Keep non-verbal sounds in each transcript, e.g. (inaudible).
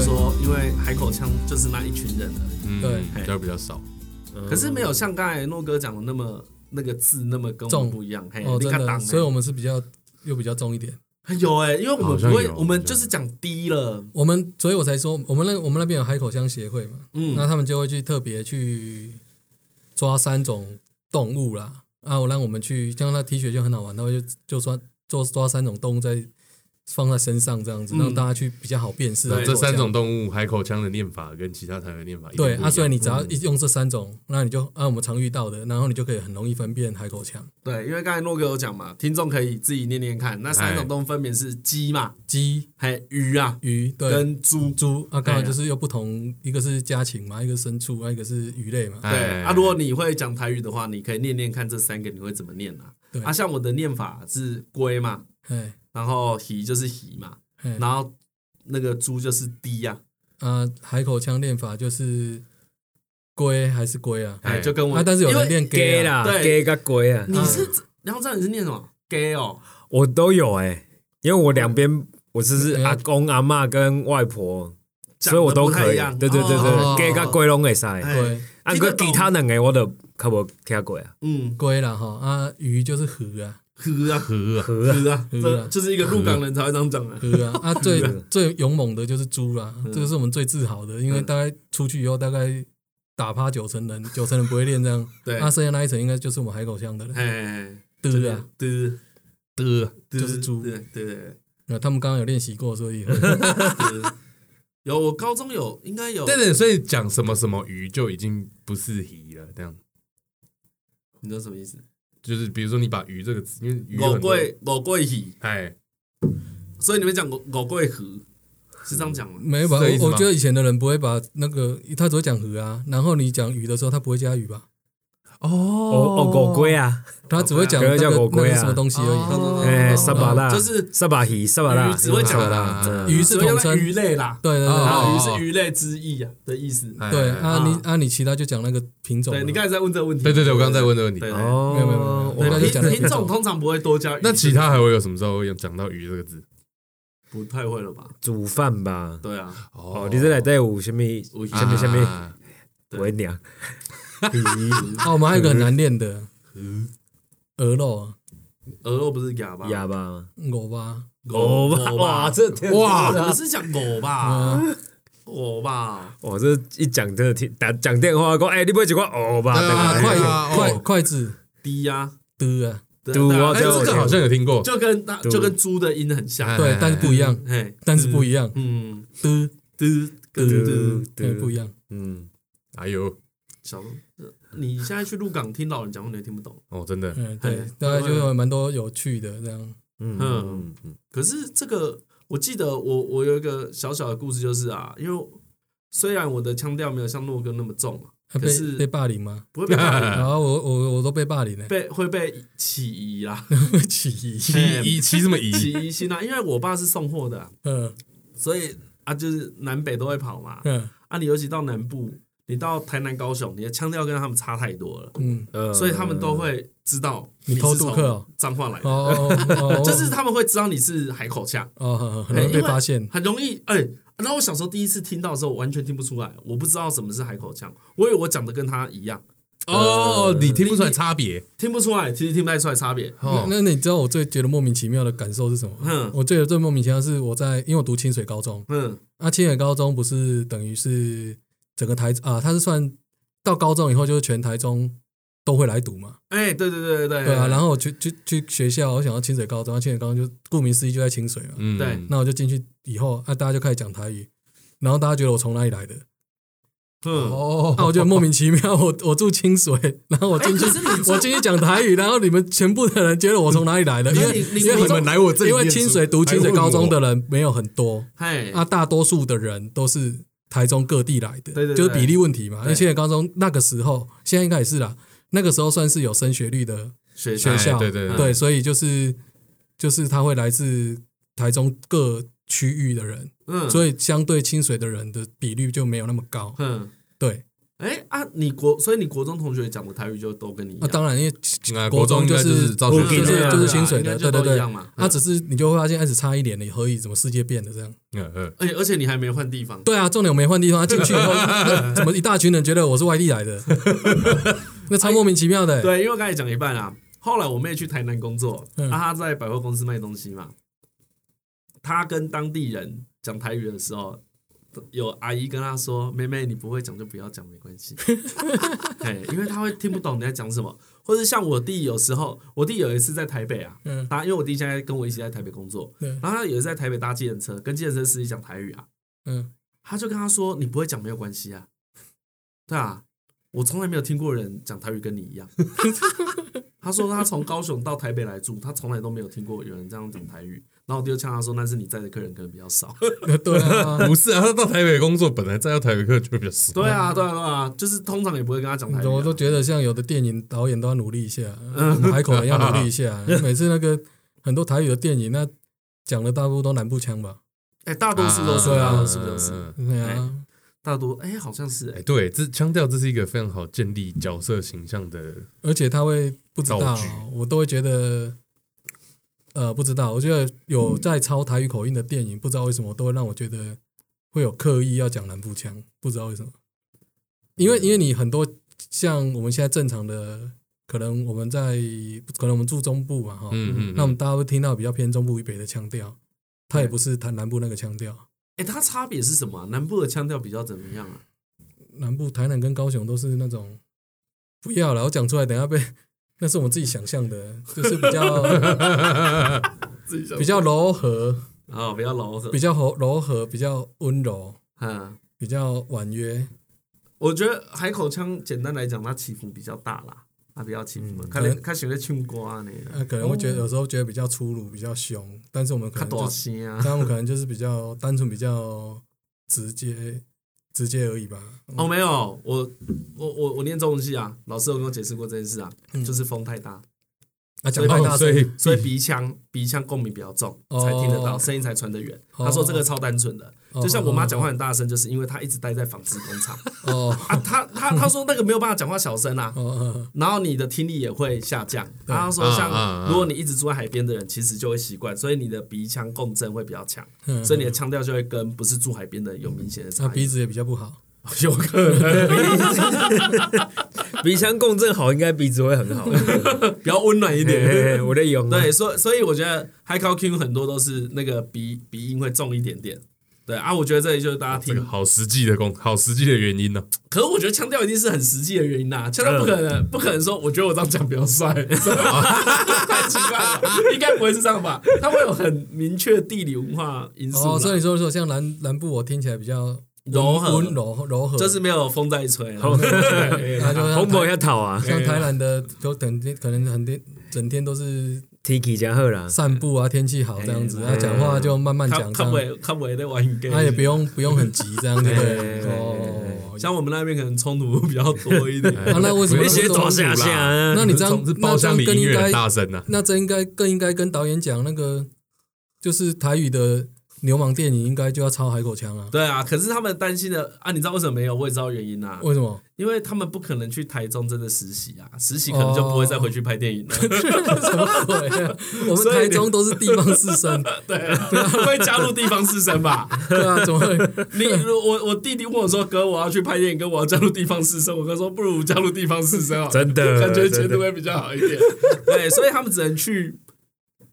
在海口腔就是那一群人而已。嗯对比较比较少，嗯可是没有像刚才诺哥讲的那么那个字那么跟我们重不一样，嘿，哦，你真看的，党，所以我嘿们是比较又比较重一点。有哎、因为我好们像不会有，我们就是讲低了，我们所以我才说，我们那我们那边有海口乡协会嘛，嗯那他们就会去特别去抓三种动物啦。啊，我让我们去，像那 T 恤就很好玩，他会就就抓做抓三种动物在放在身上这样子，嗯让大家去比较好辨识对。这三种动物海口腔的念法跟其他台湾念法一点对啊，不一样嗯所以你只要一用这三种，那你就按、我们常遇到的，然后你就可以很容易分辨海口腔、对，因为刚才诺哥有讲嘛，听众可以自己念念看，那三哎种动物分别是鸡嘛，鸡、还鱼啊，鱼对跟猪。猪啊，哎刚好呀就是又不同，一个是家禽嘛，一个是牲畜，啊，一个是鱼类嘛。哎对啊，如果你会讲台语的话，你可以念念看这三个你会怎么念啊对？啊，像我的念法是龟嘛，哎然后鱼就是鱼嘛，哎，然后那个猪就是低呀、啊，海口腔练法就是龟还是龟啊？啊，哎，哎就跟我啊，但是有因为人练 gay 啊，啦对，gay 个鬼啊，你是然后这样你是念什么 gay 哦？我都有哎、因为我两边我只是嗯阿公阿妈跟外婆，讲所以我得都不太可一以样。对对对哦对，gay 个鬼拢会使。哎对，啊，听个得懂其他两个我都较无听过啊。嗯，龟啦哈啊，鱼就是河啊，呵啊河啊，河啊，呵啊，呵啊这就是一个鹿港人才会这样讲的。河啊啊，最最勇猛的就是猪啦，这个是我们最自豪的，因为大概出去以后大概打趴九成人，九成人不会练这样，对，啊，剩下那一层应该就是我们海口乡的了，哎，这对个啊，对的对，就是猪对对对那他们刚刚有练习过，所以对，有我高中有应该有，对对，所以讲什么什么鱼就已经不是鱼了，这样你知道什么意思？就是比如说你把鱼这个词，因为鱼有我很多，贵我贵鱼，哎，所以你们讲我我贵鱼是这样讲吗？没有吧？是这意思我吗我觉得以前的人不会把那个，他只会讲河啊，然后你讲鱼的时候，他不会加鱼吧？哦哦哦，狗龟啊，他只会讲狗那龟个叫狗那龟啊个什么东西而哦哎，沙巴拉，就是沙巴鱼，沙巴拉，鱼只会讲沙巴拉已。鱼嗯是所以统它称，鱼类啦，对对哦对。啊，鱼是鱼类之一啊的意思。哎对哎啊，哎你啊，你其他就讲那个品种嘛。对你刚才在问这个问题，对对对，我刚刚在问这个问题，对哦，没有没有没有我我刚才对，就讲了品品种品种通常不会多加鱼，那其他还会有什么时候会讲到鱼这个字？不太会了吧？煮饭吧。对啊，哦，你这内底有什么有什么什么啊为娘？鱼啊，我们还有一个很难练的，鹅肉啊，鹅肉不是哑巴，哑巴，狗吧，狗吧，哦哇，这哇，哇我是讲狗啊啊吧，呃狗吧，哇，这一讲真的听打讲电话讲，哎，你不会讲哦吧？对啊啊，筷啊筷哦筷子低呀，的啊，对嘟啊哎，对这个好像有听过，就跟那嘟就跟猪的音很哎像，对，但是不一样，嘿，哎但是不一样，嗯，的嘟嘟嘟嘟，对不一样，嗯，哎呦，小鹿，呃你现在去鹿港听老人讲话，你也听不懂。哦，真的，嗯，哎对，大概就有蛮多有趣的这样，嗯嗯嗯可是这个，我记得我我有一个小小的故事，就是啊，因为虽然我的腔调没有像诺哥那么重啊，啊可是被被霸凌吗？不会被哎霸凌然后我我我都被霸凌了，被会被起疑啦，起疑，奇疑奇什么起疑？疑心啊，因为我爸是送货的啊、嗯所以啊，就是南北都会跑嘛。嗯啊，你尤其到南部，你到台南、高雄，你的腔调跟他们差太多了，嗯，嗯，所以他们都会知道你偷是渡从客哦脏话来的，哦哦， (laughs) 就是哎他们会知道你是海口腔。哦，很很容易被发现，很容易哎、然后我小时候第一次听到的时候，我完全听不出来，我不知道什么是海口腔，我以为我讲的跟他一样，哦，你听不出来差别听不出来，其实听不太出来差别。哦，那那你知道我最觉得莫名其妙的感受是什么吗？嗯我最最莫名其妙是我在，因为我读清水高中，嗯那清水高中不是等于是整个台啊，它是算到高中以后就是全台中都会来读嘛，哎、对对对对对对啊。然后后我去去去学校，我想要清水高中，啊那清水高中就顾名思义就在清水嘛，嗯，对那我就进去以后，啊，大家就开始讲台语，然后大家觉得我从哪里来的，嗯，哦，那我就莫名其妙，我我住清水，然后我进去哎可是你住我进去讲台语，然后你们全部的人觉得我从哪里来的，因那为你你因为国你中们来我这里因为念书清水读清水高中的，人没有很多，嘿啊，大多数的人都是台中各地来对的，对对就是比例问题嘛。对因为清水高中那个时候，现在应该也是啦，那个时候算是有升学率的学校学校，哎对嗯对对对，所以就是就是他会来自台中各区域的人，嗯所以相对清水的人的比率就没有那么高，嗯对。哎啊，你国所以你国中同学讲的台语就都跟你一那样，啊当然，因为嗯那国中中应该就是照学对费就对是啊的，就对是啊薪水应该的就对对都对一样嘛。嗯那啊只是你就会发现，开始差一点，你何以怎么世界变了这样？嗯嗯，而且而且你还没换地方，对啊，重点我没换地方，进去以 (laughs) 后那怎么一大群人觉得我是外地来的？ (laughs) 那超莫名其妙的、欸。对，因为我刚才讲一半啊。后来我妹去台南工作，嗯啊，她在百货公司卖东西嘛。她跟当地人讲台语的时候，有阿姨跟她说：“妹妹，你不会讲就不要讲，没关系。” (laughs) 哎，因为她会听不懂你在讲什么。或者像我弟，有时候我弟有一次在台北啊，嗯他因为我弟现在跟我一起在台北工作，对然后他有一次在台北搭计程车，跟计程车司机讲台语啊，嗯，他就跟他说：“你不会讲没有关系啊。”对啊，我从来没有听过人讲台语跟你一样。他说他从高雄到台北来住，他从来都没有听过有人这样讲台语。然后我就呛他说：“那是你在的客人可能比较少。 (laughs) 对啊，不是啊，他到台北工作，本来再到台北课就比较”少。对啊，对啊，对啊，就是通常也不会跟他哎讲台语、啊。我嗯都觉得像有的电影导演都要努力一下， (laughs) 嗯我们海口人要努力一下。每次那个很多台语的电影，那讲的大部分都南部腔吧？哎、大多数都是啊啊，嗯是不是？对啊，大多哎、好像是哎、哎，对，这腔调这是一个非常好建立角色形象的，哦而且他会不知道道具，我都会觉得，呃，不知道。我觉得有在抄台语口音的电影，不知道为什么都会让我觉得会有刻意要讲南部腔，不知道为什么。因嗯为因为你很多像我们现在正常的，可能我们在可能我们住中部嘛，哈，嗯嗯，那我们大家会听到比较偏中部以北的腔调，它也不是它南部那个腔调。哎、它差别是什么啊、南部的腔调比较怎么样啊？南部台南跟高雄都是那种不要了，我讲出来等一下被那是我们自己想象的，就是比较自己想比较柔和，哦，比较柔和比。较柔柔和，比较温柔，嗯，比较婉约。我觉得海口腔简单来讲，它起伏比较大啦，它比较起伏嘛，看可来能看喜欢唱歌啊那个，呃，可能会觉得有时候觉得比较粗鲁，比较凶，但是我们可看能多少就是声啊。他们可能就是比较单纯，比较直接直接而已吧。哦，没有，我我我我念中文系啊，老师有跟我解释过这件事啊，嗯就是风太大，啊，讲所以太大哦，所声以所以鼻腔 (laughs) 鼻腔共鸣比较重，哦才听得到，声音才传得远。哦他说这个超单纯的，哦就像我妈讲话很大声，就是因为她一直待在纺织工厂哦啊，她她她说那个没有办法讲话小声啊哦。哦，嗯然后你的听力也会下降。然后说，啊啊像啊如果你一直住在海边的人，其实就会习惯，所以你的鼻腔共振会比较强，嗯所以你的腔调就会跟不是住海边的人有明显的那差啊鼻异。子也比较不好。有可能 (laughs) 鼻腔共振好，应该鼻子会 (laughs) 很好。比较温暖一嘿嘿点嘿。我在用啊，嗯对，所所以我觉得 high call Q 很多都是那个鼻鼻音会重一点点。对啊，我觉得这里就是大家哦这个听，好实际的工，好实际的原因呢，可是我觉得腔调一定是很实际的原因啊嗯啦，腔调不可能不可能说我觉得我这样讲比较 (laughs) 帅，太奇怪了，应该不会是这样 (laughs) 吧？它会有很明确地理文化因素啦。哦，所以你说说像南南部，我听起来比较柔和温柔柔和，就是没有风在吹啦。 (laughs) 那就红像某台要讨啊像台南的，就整天可能很天整天都是，Tiki 加贺啦，散步啊，天气好这样子，哎他讲话就慢慢看讲，这看样尾看尾在玩音他也乐，不用不用很急这样，对不哎对？哎哎哦，像我们那边可能冲突比较多 (laughs) 一点。啊那为什么没写左下下啊，那你这样 (laughs) 从是那包这厢样里更音应乐很该大声呐，啊那这应该更应该跟导演讲那个，就是台语的流氓电影应该就要抄海口腔啊？对啊，可是他们担心的啊，你知道为什么没有？我也知道原因啊，为什么？因为他们不可能去台中真的实习啊，实习可能就不会再回去拍电影了，哦什么鬼啊？我们台中都是地方士绅， (laughs) 对，啊 (laughs) 会加入地方士绅吧？对啊，怎么会？你我我弟弟问我说：“哥，我要去拍电影，跟我要加入地方士绅。”我哥说：“不如加入地方士绅啊，真的感觉前真的途会比较好一 (laughs) 点。”对，所以他们只能去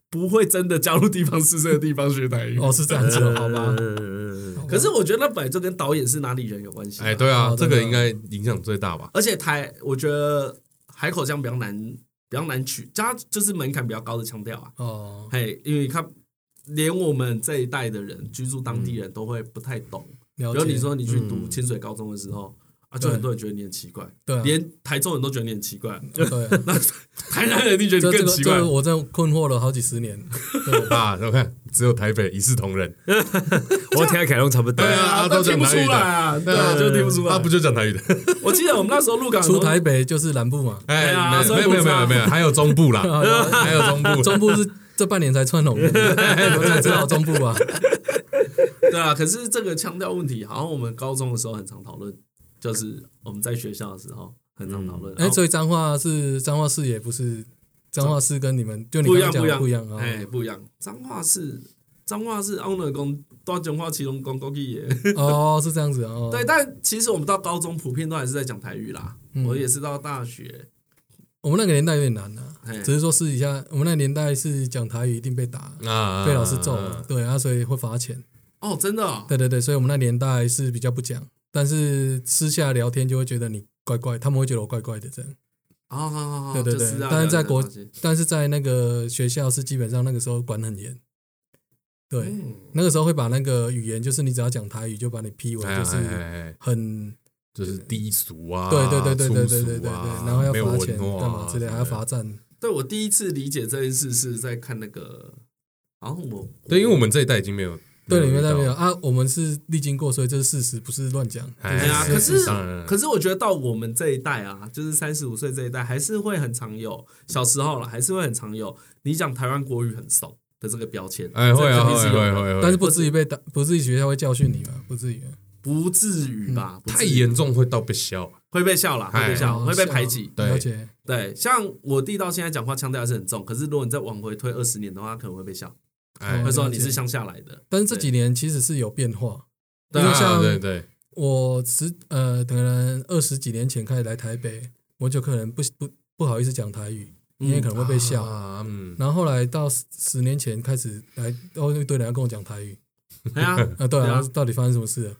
不会真的加入地方士绅的地方学台语。哦，是这样 (laughs) 子哦，好吧嗯。嗯嗯嗯可是我觉得那本来就跟导演是哪里人有关系、哎，，对啊哦，这真个的应该影响最大吧？而且台我觉得海口腔比较难，比较难取，加就是门槛比较高的腔调啊。哦，嘿，因为他连我们这一代的人居住当地人都会不太懂。嗯了比解。嗯如你说你去读清水高中的时候。啊，就对很多人觉得你很奇怪，对啊，连台中人都觉得你很奇怪，对啊，台南人一定觉得这你这更个奇这怪个。我真的困惑了好几十年。啊，我看只有台北一视同仁，我听凯龙差不多对，啊，都都听讲不出台语来的，啊，对啊，就听不出他来不。就讲台语的？我记得我们那时候入港的时候出台北就是南部嘛，哎哎呀，没所以有不没有知没道有没有，还有中部 (laughs) 啦，还有中部，中部是这半年才串拢的，我才知道中部啊。对啊，可是这个腔调问题，好像我们高中的时候很常讨论。就是我们在学校的时候很常讨论。哎，这所以彰化是彰化市，也不是彰化市跟你们就你不一刚样刚讲的不不一一样啊。哎不一样，彰化是彰化是欧能公到彰化其中公国语耶。哦，是这样子哦。对，，但其实我们到高中普遍都还是在讲台语啦。嗯我也是到大学，我们那个年代有点难啊嘿，只是说私底下，我们那个年代是讲台语一定被打，啊被老师揍嘛，对啊，所以会罚钱。哦，真的、哦，对对对，所以我们那年代是比较不讲，但是私下聊天就会觉得你怪怪，他们会觉得我怪怪的这样。哦好好好，对对对就是啊但是在国了解了解但是在那个学校是基本上那个时候管很严，对，嗯那个时候会把那个语言，就是你只要讲台语就把你批为哎就哎哎是哎，很就是低俗啊，对对对对对粗对俗对对对，啊然后要没有罚钱文化干嘛啊之类，还要罚站。对我第一次理解这件事是在看那个，然后我对，因为我们这一代已经没有对，你们没有遇那到边有啊，我们是历经过，所以这是事实，不是乱讲。哎哎呀，可是当然了可是我觉得到我们这一代啊，就是三十五岁这一代，还是会很常有小时候了，还是会很常有你讲台湾国语很怂的这个标签，哎会这啊肯定会是有会的会，但是不至于被打，不至于学校会教训你嘛，不至于啊。不至于吧？不至于太严重会到被笑，会被笑啦，会哎被笑，哦会被是啊排挤。对了解，对，像我弟到现在讲话腔调还是很重，可是如果你再往回推二十年的话，他可能会被笑，哎会说你了是解乡下来的。但是这几年其实是有变化。对因为啊，像对对我十呃，可能二十几年前开始来台北，我就可能不不不好意思讲台语，因为可能会被笑。啊嗯然后后来到十十年前开始来，哦，一堆人要跟我讲台语哎呀，啊，对对啊啊，到底发生什么事了？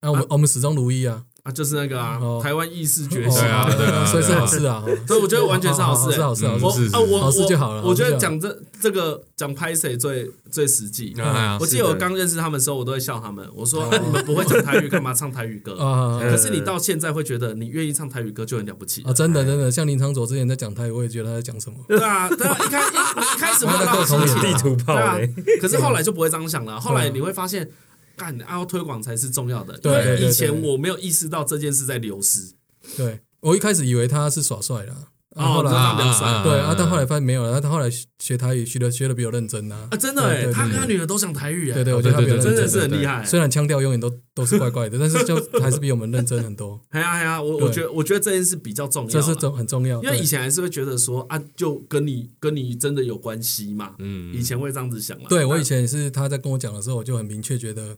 啊，我们我们始终如一啊，啊，就是那个啊，哦台湾意识觉哦醒 (laughs) 对啊对啊所以是对啊好事啊，哦所以我觉得完全是好事 (laughs) 是好事，嗯好我事。是是啊，我好事我就好了我觉得好事就讲好这这个讲拍谁最最实际。啊我记是得的我刚认识他们的时候，我都会笑他们，我说哦啊你们不会讲台语，干嘛唱台语 (laughs) 歌？啊可是你到现在会觉得你愿意唱台语歌就很了不起啊，。真的真的，像林长佐之前在讲台语，我也觉得他在讲什么。对啊，对啊，一开一你一开始会他在让各我种生气语地图炮欸对啊嘞，，可是后来就不会这样想 (laughs) 了。后来你会发现，干啊，要推广才是重要的。啊对因为对对以前我没有意识到这件事在流失。对我一开始以为他是耍帅啦，啊后哦来那啊啊对啊，但后来发现没有了，他后来学学台语学的学的比我认真呐啊，。真的对哎，对他跟对他女儿都讲台语哎，对对，我觉得他比我对认真真的是很厉害。虽然腔调永远都都是怪怪的，但是 (laughs) 就还是比我们认真很多，哎呀哎呀，我对我觉得我觉得这件事比较重要啦，啊这是重很重要。因为对以前还是会觉得说啊，就跟你跟你真的有关系嘛，嗯以前会这样子想啦。对我但以前也是他在跟我讲的时候，我就很明确觉得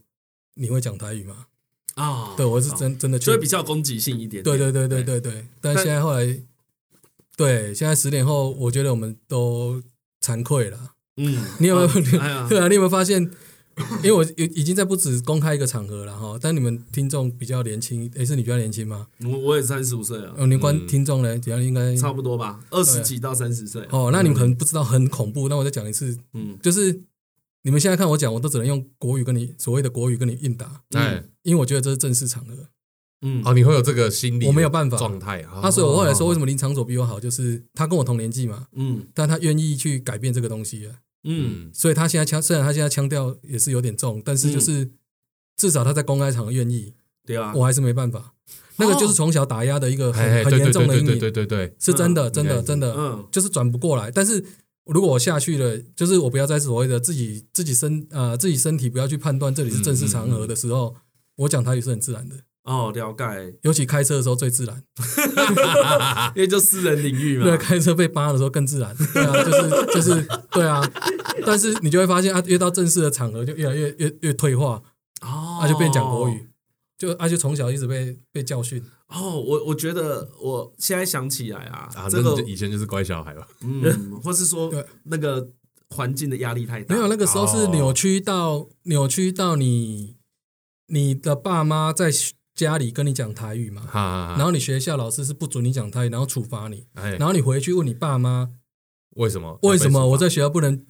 你会讲台语嘛？啊，对我是真真的就确会比较攻击性一点点。对对对对对对，但现在后来，对现在十年后，我觉得我们都惭愧了。 (laughs) 嗯，你有没有啊哎呀，对啊，你有没有发现？ (laughs) 因为我已已经在不止公开一个场合了哈，但你们听众比较年轻，诶，是你比较年轻吗？我我也三十五岁了，哦，你观嗯听众呢，比较应该差不多吧，二十几到三十岁。嗯哦，那你们可能不知道，很恐怖。那我再讲一次，嗯，就是你们现在看我讲，我都只能用国语跟你所谓的国语跟你应答，哎因为我觉得这是正式场合。嗯哦你会有这个心理我没有办法状态啊啊，所以我后来说，为什么么林长佐比我好，就是他跟我同年纪嘛，嗯但他愿意去改变这个东西啊。嗯，嗯所以他现在腔，虽然他现在腔调也是有点重，但是就是至少他在公开场合愿意，对啊，我还是没办法。那个就是从小打压的一个哎哎很很严重的阴对影，对对对对是真的，真的，嗯真的。嗯就是转不过来。但是如果我下去了，就是我不要再所谓的自己自己身呃自己身体不要去判断这里是正式场合的时候，我讲台语是很自然的，哦，了解，尤其开车的时候最自然。因为就私人领域嘛啊对，。啊开车被扒的时候更自然。对 (laughs) 啊，就是就是对啊。但是你就会发现啊，越到正式的场合就越来越越越退化，哦，啊就变讲国语，就啊就从小一直被被教训。哦，我我觉得我现在想起来啊，啊这这个个以前就是乖小孩吧 (laughs) 嗯，或是说对那个环境的压力太大，没有，那个时候是哦扭曲到、扭曲到你你的爸妈在家里跟你讲台语嘛，哈哈然哈后你学校老师是不准你讲台语，然后处罚你，哎然后你回去问你爸妈，为什么为什么我在学校不能，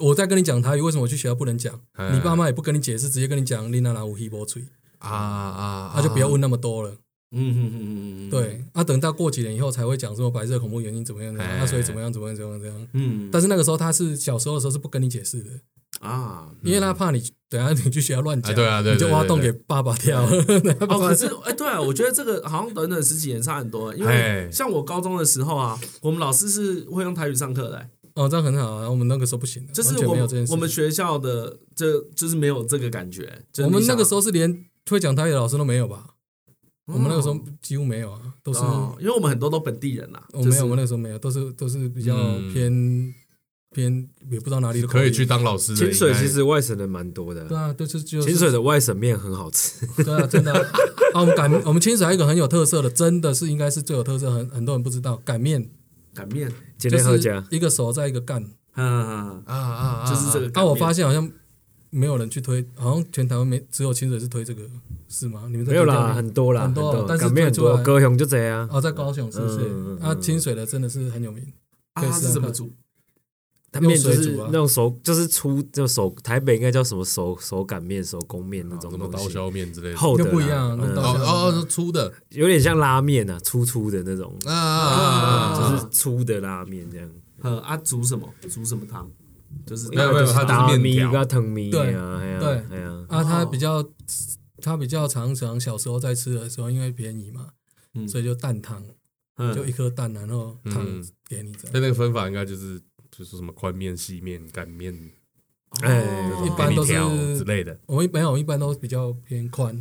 我在跟你讲台语，为什么我去学校不能讲？哎你爸妈也不跟你解释，直接跟你讲你那拿乌黑波吹，啊啊那就不要问那么多了。嗯嗯嗯嗯嗯，嗯，对，啊，等到过几年以后才会讲什么白色恐怖原因怎么样怎么样，哎啊，所以怎么样怎么样怎么样怎么样。嗯，但是那个时候他是小时候的时候是不跟你解释的， (laughs) 啊，因为他怕你等下你去学校乱讲，嗯啊对啊对你就对挖对洞对给爸爸跳。 (laughs) 等下爸哦，爸可是哎、对啊，我觉得这个好像短短十几年差很多、因为哎像我高中的时候啊，我们老师是会用台语上课的、哦，这样很好啊，我们那个时候不行的，就是完全我没有这件事我们学校的这就是没有这个感觉，就是我你们想哦那个时候是连会讲台语的老师都没有吧？嗯我们那个时候几乎没有啊，都是哦，因为我们很多都本地人啦，我没就是有，我那个时候没有，都是都是比较嗯偏偏也不知道哪里的口可以音去当老师的。清水应该其实外省人蛮多对的，啊，就是就是清水的外省面很好吃。对啊，真 (laughs) 的啊啊，我们擀我们清水还有一个很有特色的，真的是应该是最有特色，很很多人不知道擀面，擀面，今就天喝是家，一个手在一个干，啊啊，啊啊啊，啊就是这个擀啊，面。我发现好像没有人去推，好像全台湾没只有清水是推这个，是吗？你们在没有推这啦，个很多啦，很多但是擀面很做出多，来高雄就这样。啊哦，在高雄是不是？嗯嗯嗯啊，清水的真的是很有名，啊可以它试是试怎么看煮？他面就用是水煮啊那种手，就是粗，就手台北应该叫什么手手擀面、手工面那种种什么东哦刀西，削面之类的。厚的啦又不一样啊跟哦刀削嗯面哦哦，粗的有点像拉面啊，粗粗的那种，啊啊啊就啊！是粗的拉面这样。呃啊，煮什么？煮什么汤？就是没有没有它就是打面米条跟藤米对啊，哎呀对哎呀，啊，哦它比较它比较常常小时候在吃的时候，因为便宜嘛，嗯所以就蛋汤，嗯就一颗蛋，然后汤嗯给你这样。但那个分法应该就是就是什么宽面、细面、擀面、哎哦一般面都是条之类的。我们一般我们一般都比较偏宽，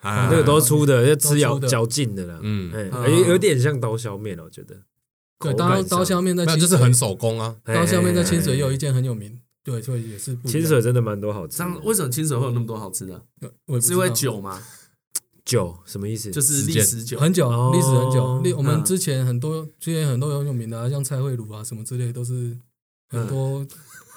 啊那个都是粗的，要吃哎嗯都咬粗的嚼劲的啦，嗯，哎，嗯有有点像刀削面了，我觉得。对，口当然感刀削上面在那清就水是很手工啊。哎刀削面在哎清水哎也有一间很有名，对，所以也是不一样清水真的蛮多好吃这的。样为什么清水会有那么多好吃的？我也不是知因为道久嘛，酒什么意思？就是历史久。很久哦，历史很久。历我们嗯之前很多之前很多很有名的啊，像蔡慧茹啊什么之类，都是很多。那嗯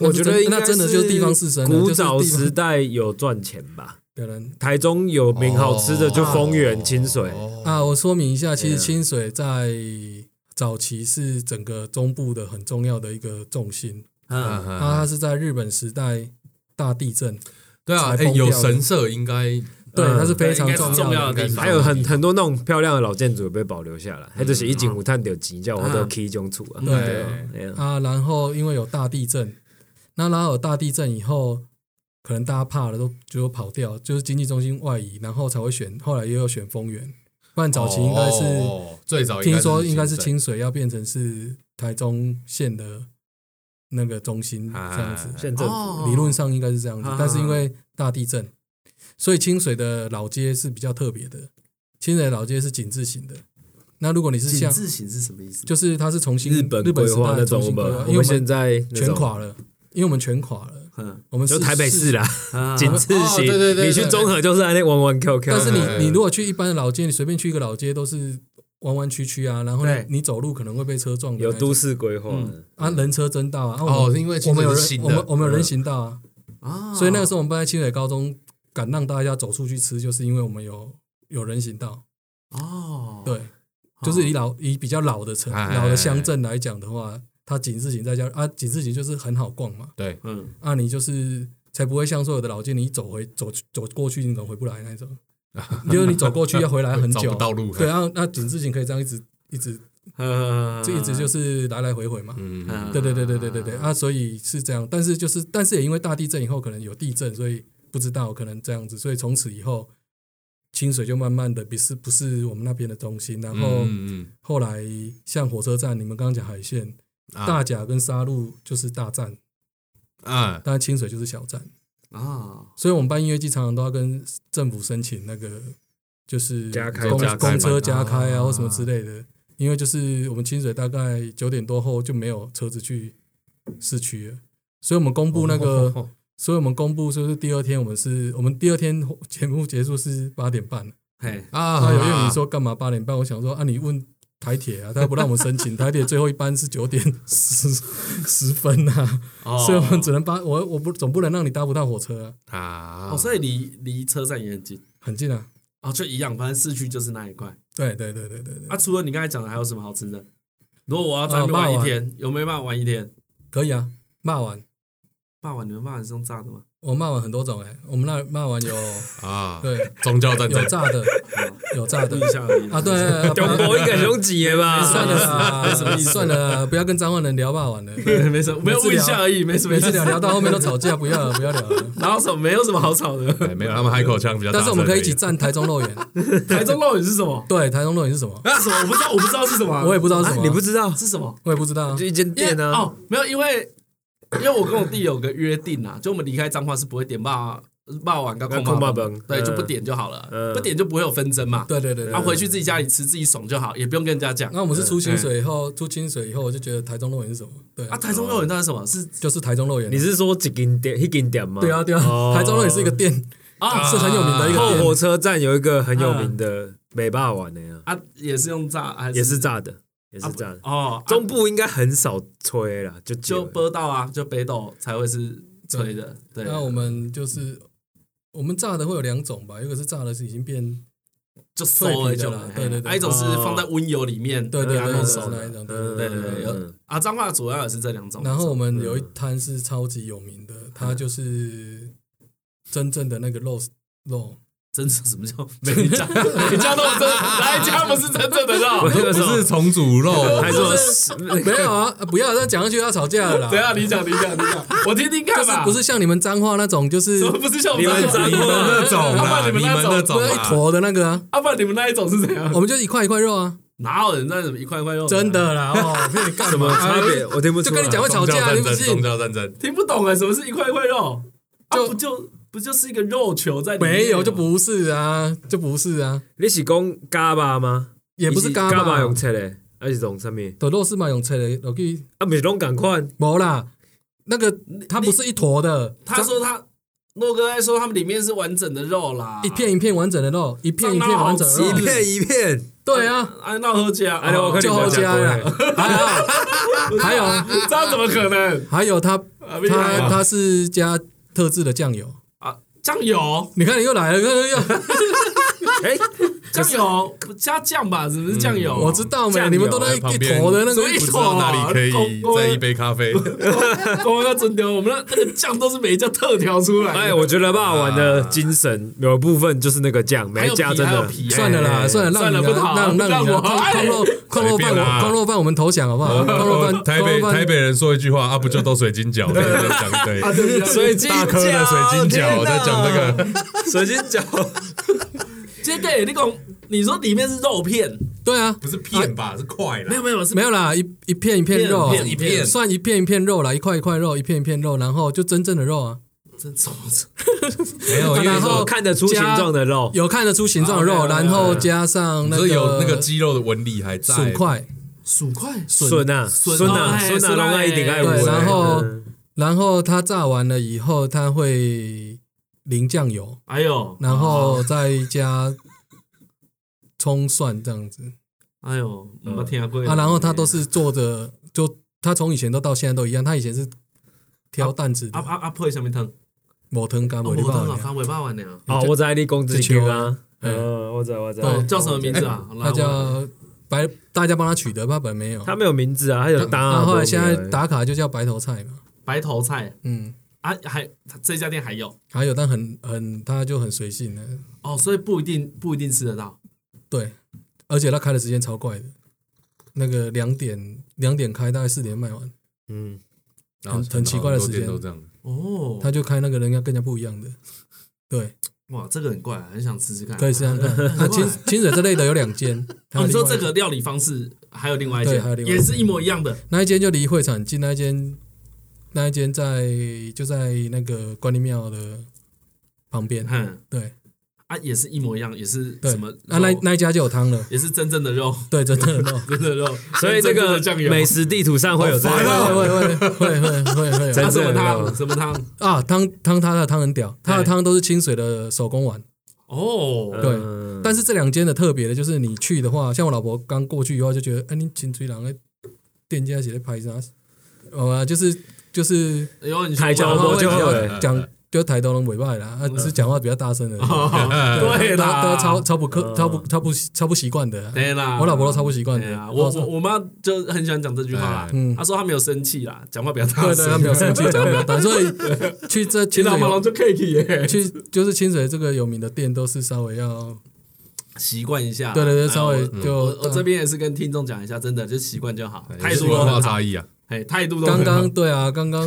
我是觉得真应该那真的就是地方士绅啊，古就是早地方时代有赚钱吧？的人台中有名好吃哦的就丰原、清水，啊。我说明一下，其实对啊清水在早期是整个中部的很重要的一个重心，嗯，啊，它啊，是在日本时代大地震，对啊，才哎崩掉有的神社应该对，嗯它是非对应常该是重重要要的的地方还有很很多那种漂亮的老建筑也被保留下来，还就是一景五探点景，叫我都起种厝啊。嗯对哎呀啊。然后因为有大地震，那然后有大地震以后，可能大家怕了都就跑掉，就是经济中心外移，然后才会选，后来也有选丰原，不然早期应该是、哦最早听说应该是清清水要变成是台中县的那个中心这样子，县政府哦理论上应该是这样子啊，但是因为大地震，所以清水的老街是比较特别的，清水的老街是井字形的。那如果你是井像，字形是什么意思？就是它是重新日本日本规时划代那的重种，我新规们划，我因为我们现们在那全种垮了，因为我们全垮了，嗯，我们就是台北市，啦，啊景字哦型，对对对对你去中和就是那弯弯 Q Q，但是对你你如果去一般的老街，你随便去一个老街都是弯弯曲曲啊，然后对你你走路可能会被车撞的那有种，都市规划嗯啊，人车争道啊，啊我哦，们是因为我清们有水是人，新我们的我们有嗯人行道啊，嗯啊，所以那个时候我们办在清水高中，敢让大家走出去吃，就是因为我们有有人行道。哦，对，就是以老以比较老的城、哎老的乡镇来讲的话，它景字形再加啊，景字形就是很好逛嘛，对嗯，啊，你就是才不会像所有的老街，你一走回走走过去，你可能回不来那 (laughs) 种，就是你走过去要回来很找久不，到路，对啊，那景字形可以这样一直一直呃这一哎直就是来来回回嘛，嗯，嗯嗯，对对对对对对对啊，所以是这样，但是就是，但是也因为大地震以后可能有地震，所以不知道可能这样子，所以从此以后清水就慢慢的不是不是我们那边的中心，然后嗯后来像火车站，你们刚刚讲海线、啊大甲跟沙鹿就是大站，嗯啊，当然清水就是小站，啊，所以我们办音乐季常常都要跟政府申请那个就是加开公加开公车嘛加开啊啊或什么之类的，因为就是我们清水大概九点多后就没有车子去市区了，所以我们公布那哦个，所以我们公布就是第二天我们是我们第二天节目结束是八点半，嘿，啊，啊有乐你说干嘛八点半？我想说啊你问。台铁啊，他不让我们申请，台铁最后一班是九点十十分啊，哦所以我们只能八我我不总不能让你搭不到火车啊，啊哦，，所以离离车站也很近，很近啊，哦，就一样，反正市区就是那一块。对对对对对对，啊，除了你刚才讲的，还有什么好吃的？如果我要在那边哦霸玩王一天，有没有办法玩一天？可以啊，骂完霸王，你们霸王是用炸的吗？我骂完很多种哎、我们那骂完有啊，对宗教战争有，炸的，有炸 (laughs) 的问一下而已啦啊，对，啊中国应该是用几的吧？算了啦，没什么意思算了啦，不要跟张焕仁聊骂完了， (laughs) 对，没什么，没有问一下而已，没什么每意次思。聊聊到后面都吵架，不要了，不要聊了。然后什么没有什么好吵的。哎没有他们海口腔比较大声但而已，是我们可以一起站台中肉圆，台中肉眼是什么？对，台中肉圆是什么？是什么？我不知道，我不知道是什么啊。 (laughs) 哦我也不知道是啊什么，你不知道，是什么？我也不知道啊就，一间因为店啊。哦，没有，因为因为我跟我弟有个约定啊，就我们离开彰化是不会点霸骂完刚跟空空骂霸崩对，嗯就不点就好了，啊嗯不点就不会有纷争嘛。对对对。对他回去自己家里吃，自己爽就好，也不用跟人家讲。嗯那我们是出清水以后，出清水以后，我就觉得台中肉圆是什么？对啊，啊，台中肉圆到底是什么？是就是台中肉圆啊。你是说几间店一间店吗？对啊对哦啊，台中肉圆是一个店，啊是很有名的一个后店火车站有一个很有名的美霸碗的呀，啊，也是用炸还也是炸的，也是炸的。哦，中中部应该很少吹啦，就就就波到啊，就北斗才会是吹的。对，那我们就是我们炸的会有两种吧，一个是炸的是已经变，就收了脆皮的就啦嘿对对对哦啊一种是放在温油里面，对对给它对，弄是熟那的。一种。对对嗯对对对对，有嗯啊，脏话主要也是这两种。然后我们有一摊是超级有名的，它就是真正的那个肉肉，真是什么叫没人家，人家都是 (laughs) 真，哪一家不是真正的肉？不是重组肉，还是没有啊，不要再讲下去要吵架了啦。等一下你讲，你讲，你讲，我听听看就是吧。不是像你们脏话那种，就是怎么不是像我们你们这脏你们样那啊 (laughs) 种啦，要不然你你们们那那种不是一啦，坨的那个啊，啊，不然你们那一种是怎样？我们就一块一块肉啊，哪有人在什么一块一块肉？真的 (laughs) 啦哦，骗你干嘛什么差别？我听不出来。就跟你讲会吵架啊宗教你不战争，信宗教战争，听不懂哎，什么是一块一块肉？啊，就不就不就是一个肉球在里面吗没有就不是啊，就不是啊，你是讲嘎巴吗？也不是啊嘎干巴嘛用。切嘞，还是用什么？的肉是嘛用切的，落去啊，不是拢赶快，无啦，那个它不是一坨的，他说他诺哥在说他们里面是完整的肉啦，一片一片完整的肉，一片一片完整的蟑螂好吃肉一，片一片。对 (laughs) 啊，啊，那我喝啊起来，哎我跟你就讲后加啦， (laughs) 还有啊还有啊这样怎么可能？还有它啊厉害它啊它是加特制的酱油，啊，酱油，你看你又来了，你看又哎，酱油不加酱吧？是不是酱油？我知道没酱油？你们都在一旁边坨的那个所以不知道哪里可以再一杯咖啡， (laughs) 我们要真的，我们那那个酱都是每一家特调出来的。哎，我觉得霸王的精神有部分就是那个酱，还没有皮加真还有的。皮，算了啦，算了，让算了你不讨啦让让你让啦我矿肉矿肉饭随便啦我矿肉饭我们投降好不 (laughs) 好？矿肉饭台北矿肉台饭北人说一句话啊，不就都水晶饺？对对对讲一堆。水晶大饺，颗的水晶饺，我在讲这天哪个，水晶 (laughs) 饺，这个你讲，你说里面是肉片，对啊，不是片吧，是块啦。没有没有是没有啦，一一片一片肉，啊片一片一片算一片一片肉啦，一块一块肉，一片一片肉，然后就真正的肉啊，真什么？没有，因为然后说看得出形状的肉，有看得出形状的啊肉， ，OK，OK，OK 然后加上啊你那说个有那个肌肉的纹理还在，笋块，薯块笋啊，笋笋哦啊，嘿笋啊，龙爱一定爱对我。然后嗯然后它炸完了以后，它会淋酱油，哎呦，然后再加葱蒜这样子哎呦，我天啊，贵啊，然后它都是做着，就它从以前都到现在都一样，它以前是挑担子啊的，啊啊配什么汤？抹藤干抹我地汤包啊，，他尾巴完了。哦，我在你公之球啊，嗯嗯，我知我知，哎对叫什么名字啊？它哎叫白，大家帮它取的，它本来没有。他没有名字啊，他有搭啊。那后来现在不然打卡就叫白头菜嘛，白头菜嗯，啊，还这家店还有还有但很很它就很随性的，哦，所以不一定不一定吃得到。对，而且它开的时间超怪的，那个两点两点开，大概四点卖完，嗯，然后很很奇怪的时间很多店都这样。哦，他就开那个人家更加不一样的，对，哇，这个很怪，啊很想吃吃看。可以试试看。很怪那清清水这类的有两间，还啊 (laughs) 哦，有你说另这外一个料理方式还有另外一对还有间，另外一也间是一模一样的。那一间就离会场很近，那一间那一间在就在那个关帝庙的旁边，哼，对啊，也是一模一样，也是对，什么那啊那肉那一家就有汤了，也是真正的肉，对， (laughs) 真的有。真 (laughs) 的肉，所以这真正的个酱油啊美食地图上会有这哦哦会个，会会会会会会有真啊什么正的肉汤什么汤啊，汤汤它的汤很屌，它哎的汤都是清水的手工碗。哦，对嗯但是这两间的特别的就是，你去的话，像我老婆刚过去以后就觉得，哎，你清水人的店家写在拍啥？哦、啊，就是就是，有你台讲椒话我会就比会较讲，就台东人尾巴啦，啊，只是讲话比较大声的， (laughs) 哦对大啦，家超超不客嗯超不超不超不习惯的啊。对啦，我老婆都超不习惯的对啊，我我操我我妈就很喜欢讲这句话啦哎。嗯她说她没有生气啦，讲话比较大对对，他声没。有生气，讲话比较大，所以去这 (laughs) 其清实水马龙就 Kiki 耶，去就是清水这个有名的店，都是稍微要习惯一下。对对对，哎稍微我就嗯我我这边也是跟听众讲一下，真的就习惯就好，对态也是度都文化很好，差异啊， (laughs) 哎，态度都刚很好刚对啊，刚刚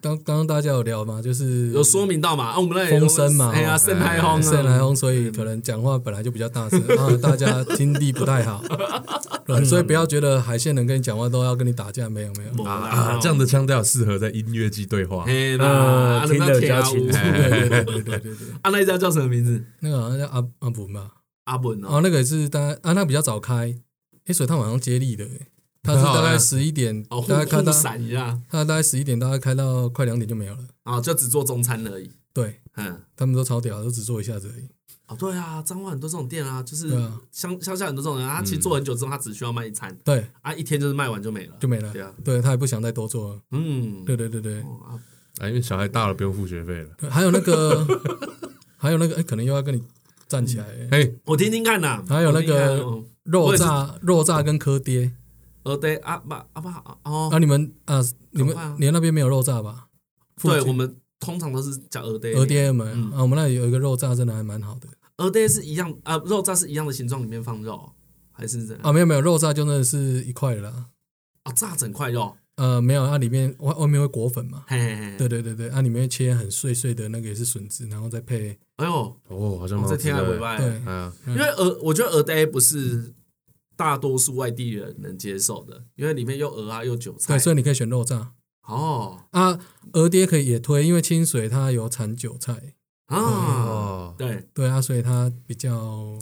刚刚刚大家有聊嘛，就是有说明到嘛？啊，我嗯们那里风声嘛，哎呀，哦盛开风，盛来风，所以可能讲话本来就比较大声，然后大家听力不太 (laughs) 好，对所以不要觉得海鲜人跟你讲话都要跟你打架，没有没有，啊，这样的腔调适合在音乐季对话。嘿啦，呃啊啊听得比较那跳舞清楚对对对对对对对，啊，那一家叫什么名字？那个好像叫阿阿普嘛，阿本然哦，后那个也是大概啊，那比较早开，诶，所以他晚上接力的，诶他是大很好概啊十一点，哦，互大概开互到闪一下，他大概十一点，大概开到快两点就没有了，啊，就只做中餐而已，对嗯。他们都超屌，都只做一下子而已，哦，对啊，彰化很多这种店啊，就是对啊嗯乡乡下很多这种人啊，他其实做很久之后，他只需要卖一餐对，啊，一天就是卖完就没了就。没了对啊，对他也不想再多做了，嗯，对对对对。哦啊啊，因为小孩大了不用付学费了。还有那个， (laughs) 还有那个，哎，可能又要跟你站起来。哎哎，我听听看呐。还有我那个听听看哦嗯我也肉是炸肉炸跟柯爹哦，对，阿爸阿爸啊，哦，你们啊，你赶快啊们你那边没有肉炸吧？附对，近我们通常都是叫鹅爹。鹅爹们嗯啊，我们那里有一个肉炸，真的还蛮好的鹅爹是一样啊，肉炸是一样的形状，里面放肉还是怎样？啊。没有没有，肉炸就真的是一块的啦。啊，炸整块肉，呃，没有，它里面外外面会裹粉嘛。嘿嘿嘿。对，对对对，啊，里面会切很碎碎的那个也是笋子，然后再配哎呦，哦，好像我蛮好这吃天还尾的。巴欸，对啊，因为鹅，我觉得鹅爹不是大多数外地人能接受的，因为里面又鹅啊又韭菜对，。所以你可以选肉炸哦啊。鹅爹可以也推，因为清水它有产韭菜，啊，哦，对，，对啊，所以它比较，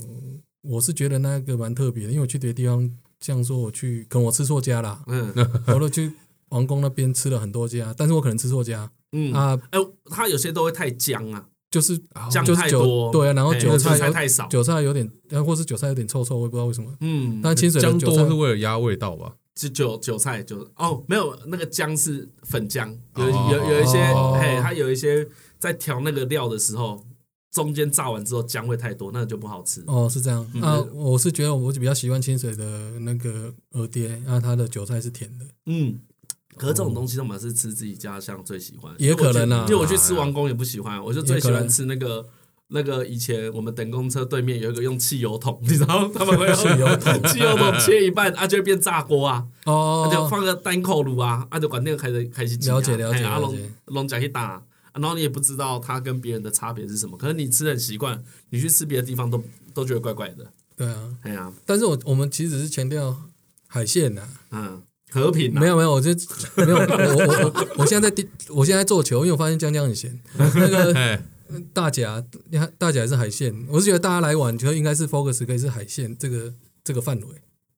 我是觉得那个蛮特别的，因为我去别的地方，像说我去，可能我吃错家啦 (laughs) 嗯我都去王宫那边吃了很多家，但是我可能吃错家嗯，啊，哎，它有些都会太僵啊，就是酱就是太韭多，对啊，然后哎韭菜菜有太少，韭菜有点，呃，或是韭菜有点臭臭，我也不知道为什么。嗯，但清水的姜韭多是菜为了压味道吧？是韭韭菜韭哦，没有那个姜是粉姜，有哦有有一些哦嘿，它有一些在调那个料的时候，中间炸完之后姜会太多，那就不好吃。哦，是这样嗯啊，我是觉得我比较喜欢清水的那个鹅爹，啊，它的韭菜是甜 (laughs) 的，嗯，可是这种东西，我们是吃自己家乡最喜欢，哦也有可能啊因为我去吃王宫也不喜欢，我就最喜欢吃那个。那个以前我们等公车对面有一个用汽油桶，你知道他们会用汽油桶， (laughs) 汽油桶切一半，啊就会变炸锅啊，啊就哦，放个单口炉啊，啊就管那个开始开始啊了解了解阿了龙解龙讲去打，啊然后你也不知道它跟别人的差别是什么，可是你吃得很习惯，你去吃别的地方都都觉得怪怪的，对啊，哎呀，但是我我们其实只是强调海鲜呐、啊嗯，和平啊没有没有，我就没有我我我我现在在地，我现在在做球，因为我发现江江很闲。那个哎，大甲，你看大甲也是海线，我是觉得大家来玩就应该是 focus 可以是海线这个这个范围，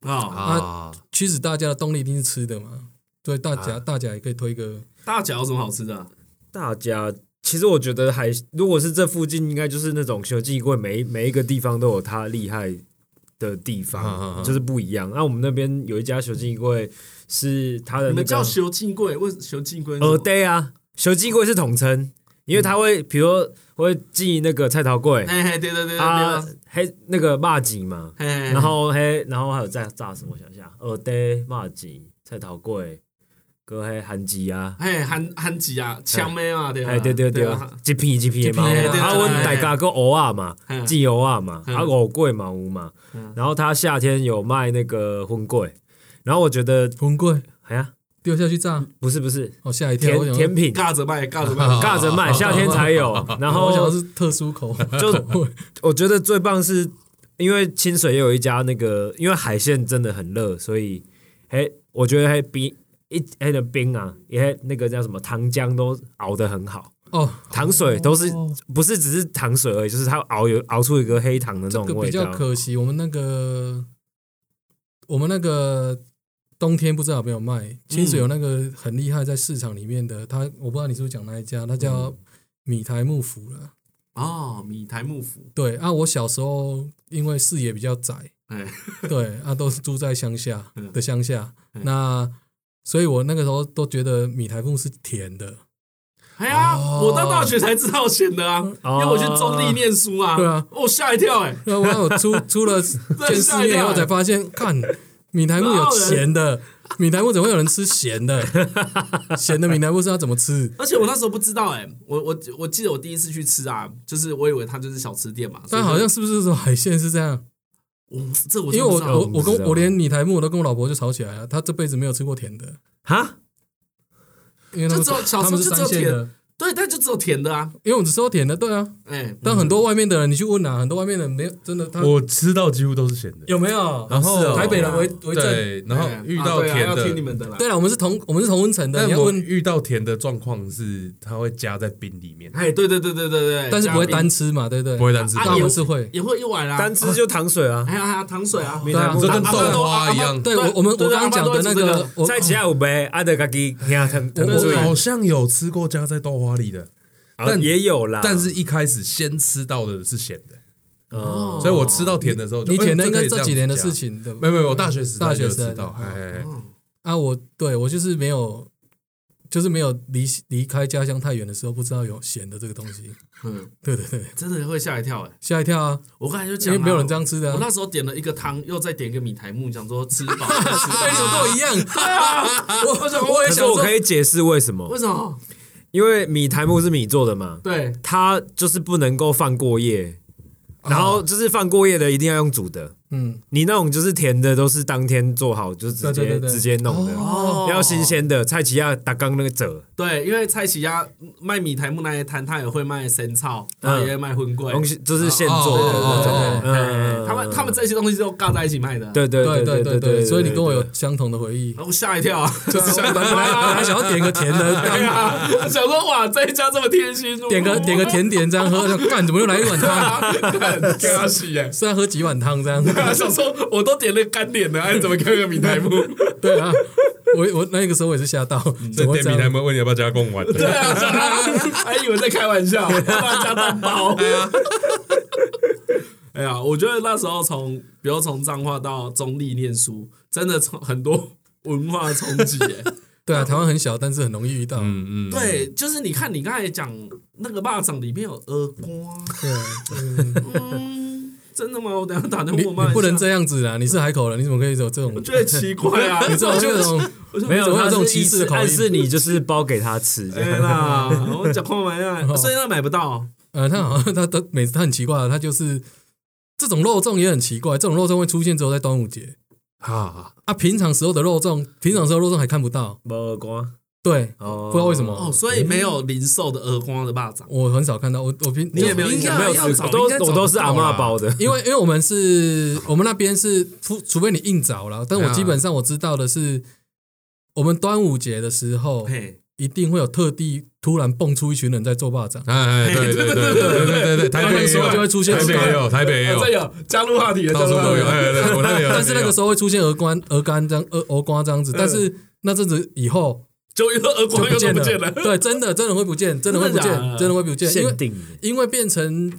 啊，啊，驱使大家的动力一定是吃的嘛。所以大甲、啊大甲也可以推一个，大脚有什么好吃的啊？大家其实我觉得还如果是这附近，应该就是那种球季会每每一个地方都有它厉害的嗯地嗯方，嗯就是不一样。那、啊我们那边有一家球季柜是它的你呃那们叫个熊进贵，为熊进贵是什么鹅 day 啊，球季柜是统称，因为它会比如说会寄那个菜头柜嘿嘿，对对对对啊对，，黑那个蚂蚱嘛，嘿嘿，然后嘿，然后还有再炸什么？我想一呃下，鹅 day 蚂蚱菜头柜，搁黑韩鸡啊。嘿韩韩吉啊，枪妹嘛对吧？啊哎，对对对吧，一片一片的嘛，一片的啊，对阮对大家个蚵仔嘛嗯，寄蚵仔嘛，嗯啊，藕粿嘛有嘛嗯，然后他夏天有卖那个荤粿，然后我觉得，红棍哎呀，丢下去炸，不是不是，哦吓一跳，我甜想甜品尬着卖，尬着卖，尬着卖，夏天 (laughs) 才有，然然后我想后的是特殊口味，就我觉得最棒是，因为清水也有一家那个，因为海鲜真的很热，所以，哎，我觉得还冰一还的冰啊，也那个叫什么糖浆都熬得很好。哦，糖水都是、哦不是只是糖水而已，就是它熬有熬出一个黑糖的那这种个味比道。较可惜，我们那个我们那个冬天不知道有没有卖。清嗯水有那个很厉害，在市场里面的，他我不知道你是不是讲那一家，他叫嗯米台幕府了。哦，米台幕府，对啊，我小时候因为视野比较窄，哎，对啊，都是住在乡下嗯的乡下，嗯那所以我那个时候都觉得米台木是甜的，哎呀，哦我到大学才知道选的啊，因为我去中立念书啊，对啊，我吓一跳哎，那啊我我出出了见世面以后才发现，看米苔木有咸的，米苔木怎么会有人吃咸的？咸的米苔木是要怎么吃？而且我那时候不知道哎，我我我记得我第一次去吃啊，就是我以为它就是小吃店嘛，所以但就好像是不是说海鲜是这样？我这我因为我我我我跟我不知道啊我连米苔木我都跟我老婆就吵起来了，她这辈子没有吃过甜的。哈，因为他们就只有小他们是时候就只三有线甜的，对，但就只有甜的啊，因为我们只收甜的，对啊。哎，但很多外面的人，你去问啊，很多外面的人没有真的他我吃到几乎都是咸的，有没有？啊然后是哦台北人为为证。对，然后哎遇啊到对啊甜要听你的，们的啦，对了，我们是同我们是同温层的，但你要我问，遇到甜的状况是它会加在冰里面，哎，对对对对对对，但是不会加冰单吃嘛，对不对？不会单吃啊但到我有们是会。也会一碗啦，单吃就糖水啊，哎呀，还有糖水啊，没对啊糖这跟啊豆阿爸都花一阿样爸。对我啊我们我对对刚刚讲的那阿爸都会个吃，我在家有没阿德嘎鸡听糖我糖我水好像有吃过加在豆花里的，啊但也有啦，但是一开始先吃到的是咸的，哦所以我吃到甜的时候就，哦你哎甜的应可该以这这样几年的加事情的没有没有，我大学时代大学就时代知道，的哎哎，哎啊。我对我就是没有，就是没有离离开家乡太远的时候，不知道有咸的这个东西。嗯，对对对，真的会吓一跳哎，吓一跳啊，我刚才就因讲为啊，没有人这样吃的我啊。那时候点了一个汤，又再点一个米苔木，想说吃饱 (laughs) 再吃对，你怎么饱。跟我一样？对啊，我我我也可是想我说可，以解释为什么，为什么？因为米苔木是米做的嘛，对，它就是不能够放过夜，然后就是放过夜的一定要用煮的，嗯，你那种就是甜的都是当天做好就直对对接对对，直接弄的，哦要新。鲜的。蔡奇亚打刚那个褶，对，因为蔡奇亚卖米苔木那一摊，他也会卖生草，他嗯也会卖荤桂。东西就是现做对哦的对对那种对哦，对嗯哎他们他们这些东西都尬在一起卖的。，啊对对对对对对对，对，所以你跟我有相同的回忆。我吓一跳啊！对啊， (laughs) 我本来本来想要点个甜的，哎干呀，我想说哇，这一家这么贴心，点个点个甜点这样喝，想干怎么又来一碗汤？干加洗耶！是要喝几碗汤这样？ (laughs) 想说我都点了干点了，哎，怎么给个米苔木？对啊，我我那个时候我也是吓到，所怎以么会嗯点这名他样？们问你要不要加贡丸，对啊，想啊还以为在开玩笑，让他加蛋包。哎呀，我觉得那时候从，比如从彰化到中立念书，真的从很多文化冲击耶。对啊，台湾很小，但是很容易遇到。嗯嗯，对，就是你看你刚才讲那个蚂蚱里面有耳瓜，对，啊嗯，真的吗？我等一下打电你话问我妈一你下。不能这样子啊啦！你是海口人，你怎么可以有这种？我觉得奇怪啊，你这种这种没有怎么会他有这种是歧视的口音暗示你就是包给他吃这哎样。啦，我讲空玩啊，所以那买不到，呃，他好像他他每次他很奇怪，啊他就是这种肉粽也很奇怪，这种肉粽会出现只有在端午节啊，啊，平常时候的肉粽，平常时候肉粽还看不到。没耳光对哦，不知道为什么哦，所以没有零售的耳光的蚂蚱。我很少看到，我我平你也没有因印为象没有要吃找过，都应该找我都是阿得到嬷啦包的。因为因为我们是我们那边是除除非你硬找了，啊但我基本上我知道的是，我们端午节的时候嘿，一定会有特地突然蹦出一群人在做霸掌。哎，对对对对对对对，台北也有，台北也有，台北也有，哦这有加入话题了，到处都加入话题有，了哎，对，我那边有， (laughs) 但是那个时候会出现鹅冠、鹅肝这样、鹅鹅瓜这样子，但是那阵子以后就一个耳就光不又都见不了，见了。对，真的真的会不见，真的会不真的假的见，真的会不见，因为限定因为变成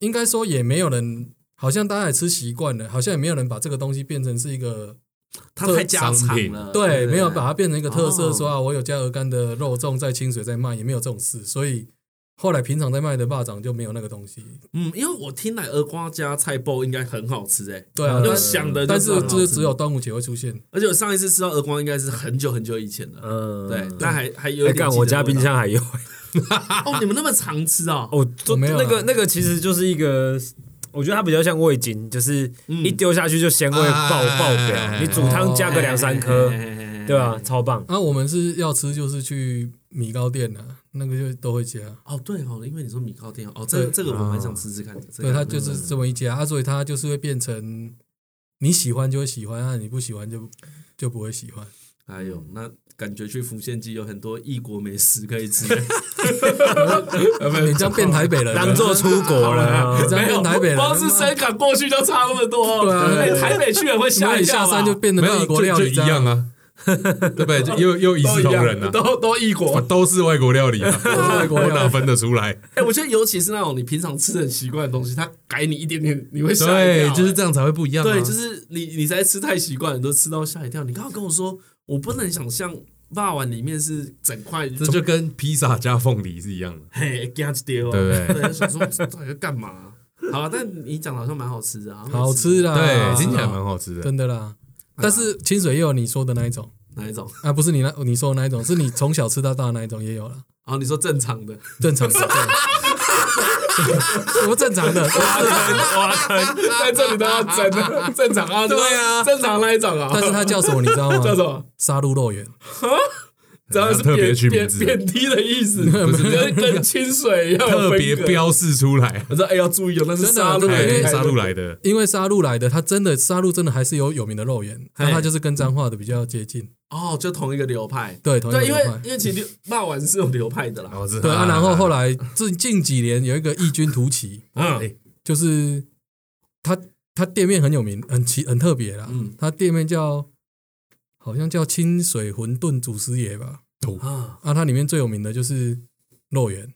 应该说也没有人，好像大家也吃习惯了，好像也没有人把这个东西变成是一个它太家常了，对，不没有把它变成一个特色，哦说啊，我有加鹅肝的肉粽在清水在卖，也没有这种事，所以后来平常在卖的霸掌就没有那个东西。嗯，因为我听来耳瓜加菜包应该很好吃哎，对啊，用但想的，但是就就是只有，端午节会出现。而且我上一次吃到耳光应该是很久很久以前了，嗯，对，但还还有哎，一点干，记得我家冰箱还有。哦，你们那么常吃啊？哦，就我没有啊那个那个其实就是一个，我觉得它比较像味精，就是嗯一丢下去就鲜味爆哎爆表，你煮汤加个两三颗，对吧？？超棒。啊，我们是要吃就是去米糕店啊，那个就都会加。哦，对哦，因为你说米糕店哦，这个对这个我蛮想吃吃看的。这个嗯对，它就是这么一家啊，所以它就是会变成你喜欢就会喜欢啊，你不喜欢就就不会喜欢。哎呦，那感觉去福县记有很多异国美食可以吃。啊你这样变台北人了，当做出国了啊，你这样变台北人，光是深港过去就差那么多。对啊哎台北去了会哪吓里一下跳吧山就变成没有异国料理就一样啊。啊，对不对？又又一都视一同样仁啊，都都异国我。 (laughs) 都是外国料理啊，我哪分得出来？哎，我觉得尤其是那种你平常吃得很习惯的东西，它改你一点点， (laughs) 你会吓一对跳。，哎就是这样才啊会不一样。对，就是你你才吃太习惯，都吃到吓一跳。你刚刚跟我说，我不能想象霸碗里面是整块，这就跟披萨加凤梨是一样的。嘿，这样子丢，对不对？想说 (laughs) 这到底在干嘛？好了，但你讲的好像蛮好吃的啊，好吃啦，对，听起来蛮好吃的。真的啦。但是清水也有你说的那一种哪一种？啊，不是你那你说的那一种，是你从小吃到大的那一种也有了，哦，你说正常的，正常的。对什么正常的？在这里都要整的正常啊，对啊，正常那一种啊但是它叫什么你知道吗？什么？杀戮肉圆。然后这是特别贬取名贬字的，贬低的意思，跟跟清水一样有特别分隔。标示出来，我说哎要注意哦，那是真的杀戮真的哎因为，杀戮来的，因为杀戮来的，他真的杀戮真的还是有有名的肉眼，那他就是跟彰化的比较接近，哦，就同一个流派。对，同一个对，因为流派因为其实流骂完是有流派的啦。哦，对啊，然后后来近近几年有一个异军突起，嗯，就是他他店面很有名，很奇很特别啦。嗯他店面叫好像叫清水馄饨祖师爷吧。啊，啊，它里面最有名的就是肉圆，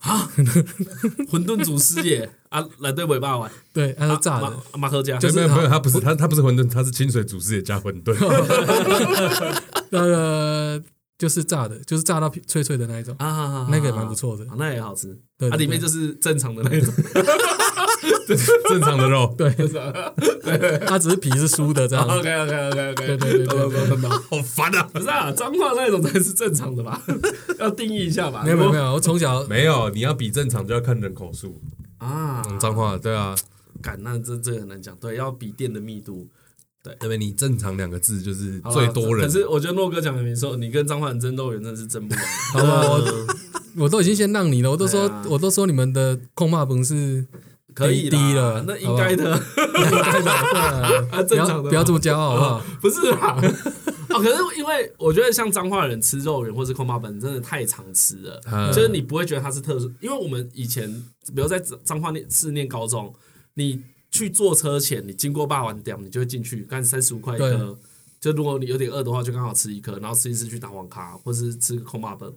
馄饨祖师爷啊，来对尾巴玩，对，它啊是炸的，马马喝家，就是没有没有，他他不是他他不是馄饨，他是清水祖师爷加馄饨，那个就是炸的，就是炸到皮脆脆的那一种，啊啊，啊那个也蛮不，错的啊。啊那也好吃。对，它对里面就对是正常的那种， (laughs) 正常的肉，它只是皮是酥的 (laughs) 这啊样。 OK OK OK 对 OK，对对对对， (laughs) 好烦啊！不是啊，脏话那种才是正常的吧？要定义一下吧。没有没有啊如没果有，我从小没有，你要比正常就要看人口数，啊，嗯，脏话，对啊，感那这这个很难讲，对，要比店的密度因为你正常两个字就是好啦最多人，可是我觉得诺哥讲的没错，你跟张焕争斗人真的是争不完。 (laughs) 好 (laughs) 吧，我我都已经先让你了，我都说对啊我都说你们的控骂本是可以啦低了那应该的，太难啊了，正不常的要嘛嗯不要这么骄傲好不好？不是啦。 (laughs) 哦，可是因为我觉得像彰化人吃肉圆或是空包本真的太常吃了，嗯就是你不会觉得它是特殊，因为我们以前比如在彰化念是念高中，你去坐车前你经过霸王店，你就会进去，干三十五块一颗对，就如果你有点饿的话，就刚好吃一颗，然后吃一次去打网咖或是吃个空包本，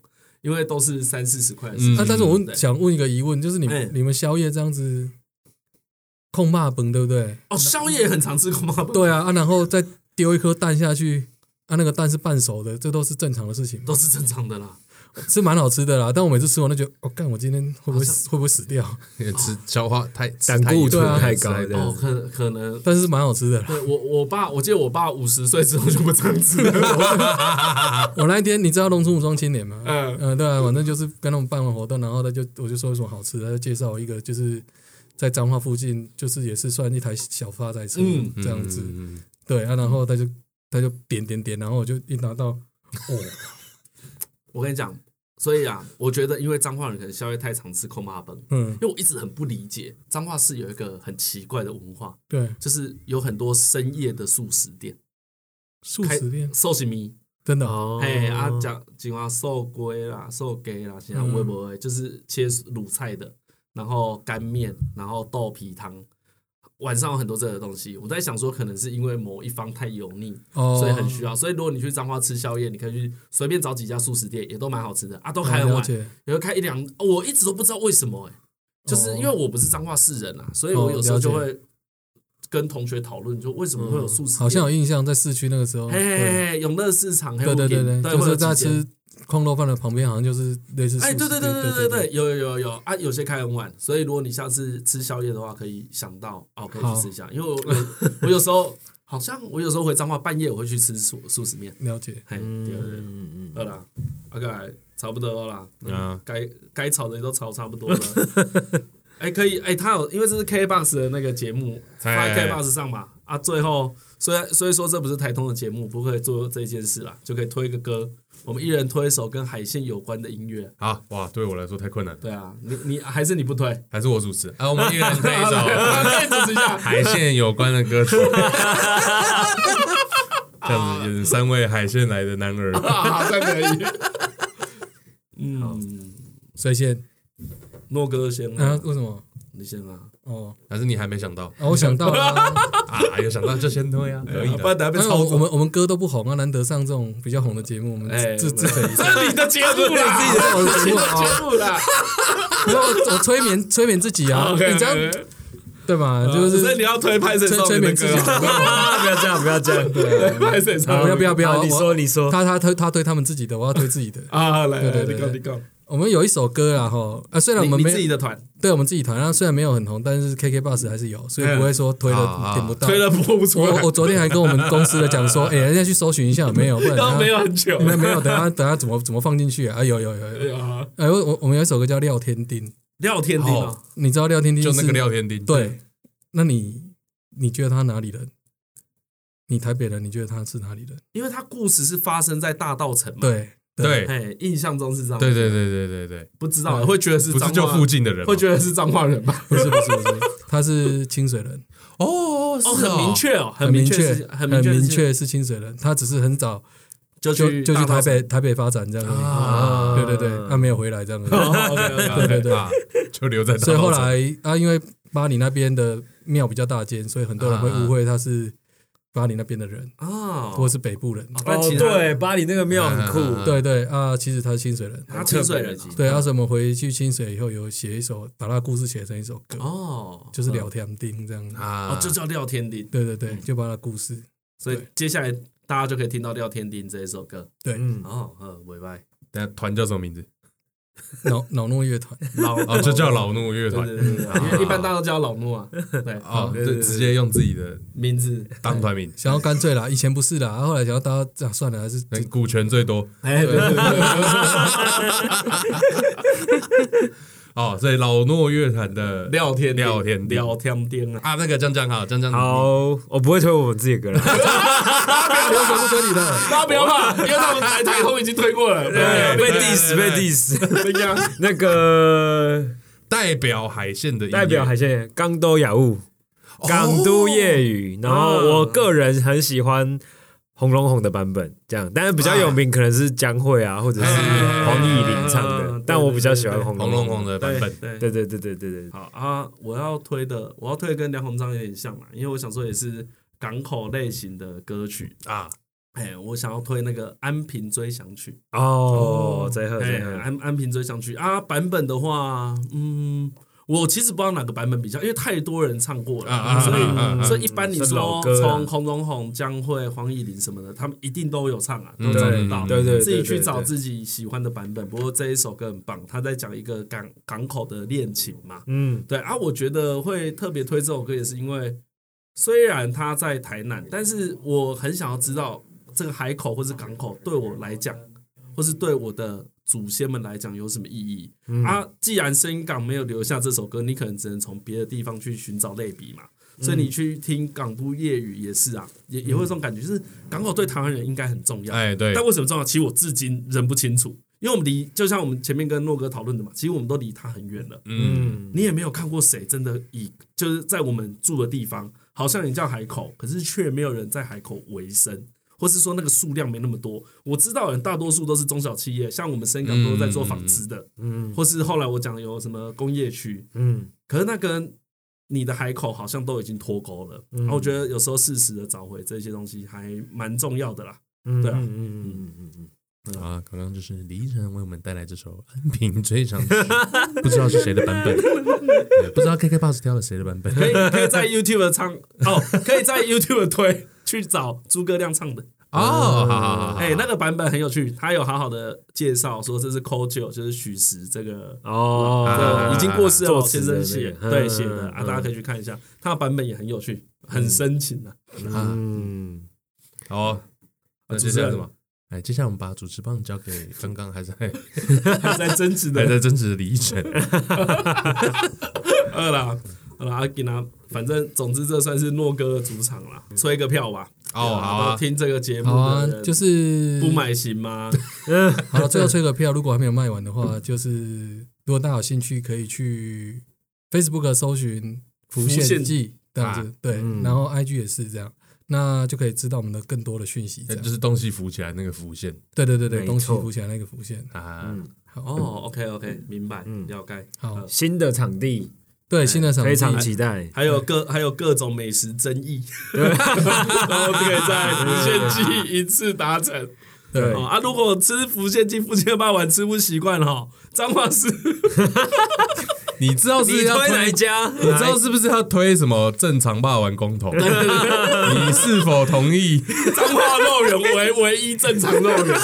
因为都是三四十块的事情。嗯那啊但是我对问想问一个疑问，就是你哎们你们宵夜这样子控骂本对不对？哦，宵夜很常吃空包本，对啊，啊，然后再丢一颗蛋下去，啊，那个蛋是半熟的，这都是正常的事情，都是正常的啦。是蛮好吃的啦。但我每次吃完都觉得，哦，干，我今天会不会死会不会死掉？也吃消化太胆固对醇啊太高，这哦样，可可能但是蛮好吃的啦。对我我爸，我记得我爸五十岁之后就不这样吃 (laughs) 了。我那一天你知道农村武装青年吗？嗯嗯、对啊，反正就是跟他们办完活动，然后他就我就说有什么好吃的，他就介绍一个就是在彰化附近，就是也是算一台小发财车、嗯这样子。嗯对啊，然后他就他就点点点，然后我就一拿到，哦，我跟你讲，所以啊，我觉得因为彰化人可能宵夜太常吃空妈本，嗯，因为我一直很不理解彰化市有一个很奇怪的文化，对，就是有很多深夜的素食店，素食店寿喜米，真的、嘿、哦，啊，讲讲啊寿龟啦、寿鸡啦，啊现在嗯会不会就是切卤菜的，然后干面，然后豆皮汤。晚上有很多这个东西，我在想说，可能是因为某一方太油腻，哦，所以很需要。所以如果你去彰化吃宵夜，你可以去随便找几家素食店，也都蛮好吃的啊，都开嗯很了晚，解，有的开一两。哦我一直都不知道为什么、欸，就是哦因为我不是彰化市人啊，所以我有时候哦了解就嗯会跟同学讨论，就为什么会有素食店？好像有印象，在市区那个时候，嘿嘿嘿，永乐市场，对对对对，对，就会有是几在间吃空肉饭的旁边，好像就是类似素哎，食对店，对对对对对对，有有有有啊，有些开很晚，所以如果你下次吃宵夜的话，可以想到哦，可以去好吃一下，因为我我我有时候好像我有时候回彰化，半夜我会去吃素素食面，了解。嘿，对对对，嗯嗯好啦，OK，差不多了啦，啊，该该吵的也都吵差不多了。哎、可以，哎、他有，因为这是 KBox 的那个节目，他在哎 KBox 上嘛，啊，最后虽然所以说这不是台通的节目，不会做这件事啦，就可以推一个歌，我们一人推一首跟海鲜有关的音乐。好哇，对我来说太困难了，对啊，你你还是你不推？还是我主持啊，我们一人 (laughs) 推一首来主持一下。海鲜有关的歌曲， (laughs) 这样子也是三位海鲜来的男儿，啊，这样可以。嗯，所以先诺哥先啊啊，，为什么？你先啊，哦，还是你还没想到啊我想到了，啊？有想到就先推啊，可以不然的。等下被但是抄嗯我我走。们我们歌都不红啊，难得上这种比较红的节目，我们哎自自自肥一下。这是你的节目啦，自己的我的 (laughs) 你节目的 (laughs) 啊，节目啦。没有我我催眠催眠自己啊，你 OK，这样对吧？就啊所以你是要推拍谁催上催面的眠自己歌啊，啊，不要这样，不要这样， (laughs) 拍谁上啊面。(laughs) 要不要不要？好你我说你说，他他推他推他们自己的，我要推自 (laughs) 己的啊？来对来，你对对讲你对讲，我们有一首歌啦，哈，啊，虽然我你们你没自己的团对我们自己团，然后虽然没有很红，但是 KK Bus 还是有，所以不会说推啊了啊点不到。推了播不出 (laughs) 我来我，我昨天还跟我们公司的讲 (laughs) 说，哎，人家去搜寻一下有没有， (laughs) 不然然后等没下有很久啊没有 (laughs) 没有，等下等下怎么怎么放进去啊？啊有有有有，啊，哎，我我我们有一首歌叫《廖天丁》，廖天丁啊，你知道廖天丁就那是个廖天丁，对，那你你觉得他哪里人？你台北人，你觉得他是哪里人？因为他故事是发生在大道城嘛，对，对哎，印象中是这样，对对，对对对对，不知道会觉得是不彰是化，就附近的人吗，会觉得是彰化人吧？ (laughs) 不是啊不是不是，他是清水人，哦是哦，很明，确哦，很明明确确是，很明确明是，确是清水人，他只是很早就就去就去大稻台埕北台北发展这样啊而已，对对对，他没有回来这样而哦对对对啊，就留在已，大稻埕，所以后来啊，因为巴黎那边的庙比较大间，所以很多人会啊误会他是巴黎那边的人，哦，或是北部人，但其实他对，巴黎那个庙嗯很嗯嗯酷，对对啊，其实他是清水人，他清水人哦对啊，什么回去清水以后有写一首，把他的故事写成一首歌，哦，就是聊天丁这样，啊哦，就叫廖天丁，对对对，就把他的故事，所以接下来大家就可以听到廖天丁这一首歌对，嗯，哦，呃，尾拜。等下团叫什么名字？脑脑诺乐团，老哦，就叫老怒对乐团对对对对，因为一般大家都叫老诺啊，对，哦，对对就对直接用自己的名字，当团名，想要干脆 (laughs) 啦，以前不是啦，啊后来想要大家这样算了，还是那股权最多哎，对对对， (laughs) 哦，所以老诺乐团的廖天丁廖天丁廖天丁啊，啊，那个江江好，江江好，我不会推我们自己的歌了，有什么不推你的？大家不要怕，因为他们台台通已经推过了，对被对 diss 对被对 diss，对呀，那个代表海线的音乐代表海鲜港都雅物，哦港都夜雨。然后我个人很喜欢红龙红的版本，这样，但是比较有名可能是江蕙啊，或者是黄以玲唱哎的对，但我比较喜欢红红龙龙红。的版本，对对对对对对对，好啊，我要推的，我要推的跟梁鸿章有点像嘛，因为我想说也是港口类型的歌曲啊，哎，我想要推那个《安平追想曲》哦，再喝哎，再《喝，安安平追想曲》啊，版本的话，嗯，我其实不知道哪个版本比较，因为太多人唱过啊啊了，所啊啊啊以所以一般你是老说歌啊从洪荣宏、江蕙、黄义玲什么的，他们一定都有唱啊，都嗯找得到。对对，自己去对找。对对自己喜欢的版本。不过这一首歌很棒，他在讲一个港港口的恋情嘛。嗯，对啊，我觉得会特别推这首歌，也是因为虽然他在台南，但是我很想要知道这个海口或是港口对我来讲，或是对我的祖先们来讲有什么意义、啊？既然深港没有留下这首歌，你可能只能从别的地方去寻找类比嘛。所以你去听港都夜雨也是啊，也也会有这种感觉，就是港口对台湾人应该很重要。哎对但，为什么重要？其实我至今仍不清楚，因为我们离就像我们前面跟诺哥讨论的嘛，其实我们都离他很远了。嗯，你也没有看过谁真的以就是在我们住的地方，好像也叫海口，可是却没有人在海口为生，或是说那个数量没那么多。我知道人大多数都是中小企业，像我们深港都在做纺织的，嗯，或是后来我讲有什么工业区，嗯，可是那跟你的海口好像都已经脱钩了。然后我觉得有时候适时的找回这些东西还蛮重要的啦。对啊嗯嗯嗯嗯嗯好啊，刚刚就是李依晨为我们带来这首《安平追想曲》，不知道是谁的版 (laughs) 本，对不知道 KKBOX 挑了谁的版本，可以可以在 YouTube 唱哦，可以在 YouTube 推去找诸葛亮唱的，哦，好好好好，哎、那个版本很有趣，他有好好的介绍说这是 c o j o 就是许石这个。嗯，哦，这个已经过世的老作先词生的那写个对写的啊，嗯大家可以去看一下，他的版本也很有趣，很深情啊。 (laughs) 嗯，好哦，那接主持下来人什么？哎，接下来我们把主持棒交给刚刚还在还还在争执的在争执的李依晨，二啦，好啦，阿吉呢？反正总之这算是诺哥的主场啦，吹个票吧。 (laughs) 哦，好啊，听这个节目好啊的人，就是不买行吗？好了，最 (laughs) 后吹个票，如果还没有卖完的话，就是如果大家有兴趣，可以去 Facebook 搜寻“浮浮现现记”啊嗯这样子，对，然后 IG 也是这样，那就可以知道我们的更多的讯息。这哎样就，是东西浮起来那个浮现对对对对，没东西错浮起来那个浮现，啊，哦，OK OK，明白，嗯了解。好，哎新的场地对，新的场非地常期待，还有各还有各种美食争议，然后可以在浮现记一次达成。对哦啊，如果吃浮现记附近的饭碗吃不习惯哈，彰化市你知道是要推哪一家？你知道是不是要推什么正常霸王公 (laughs) 投？你是否同意？彰化肉圆为唯一正常肉圆， (laughs)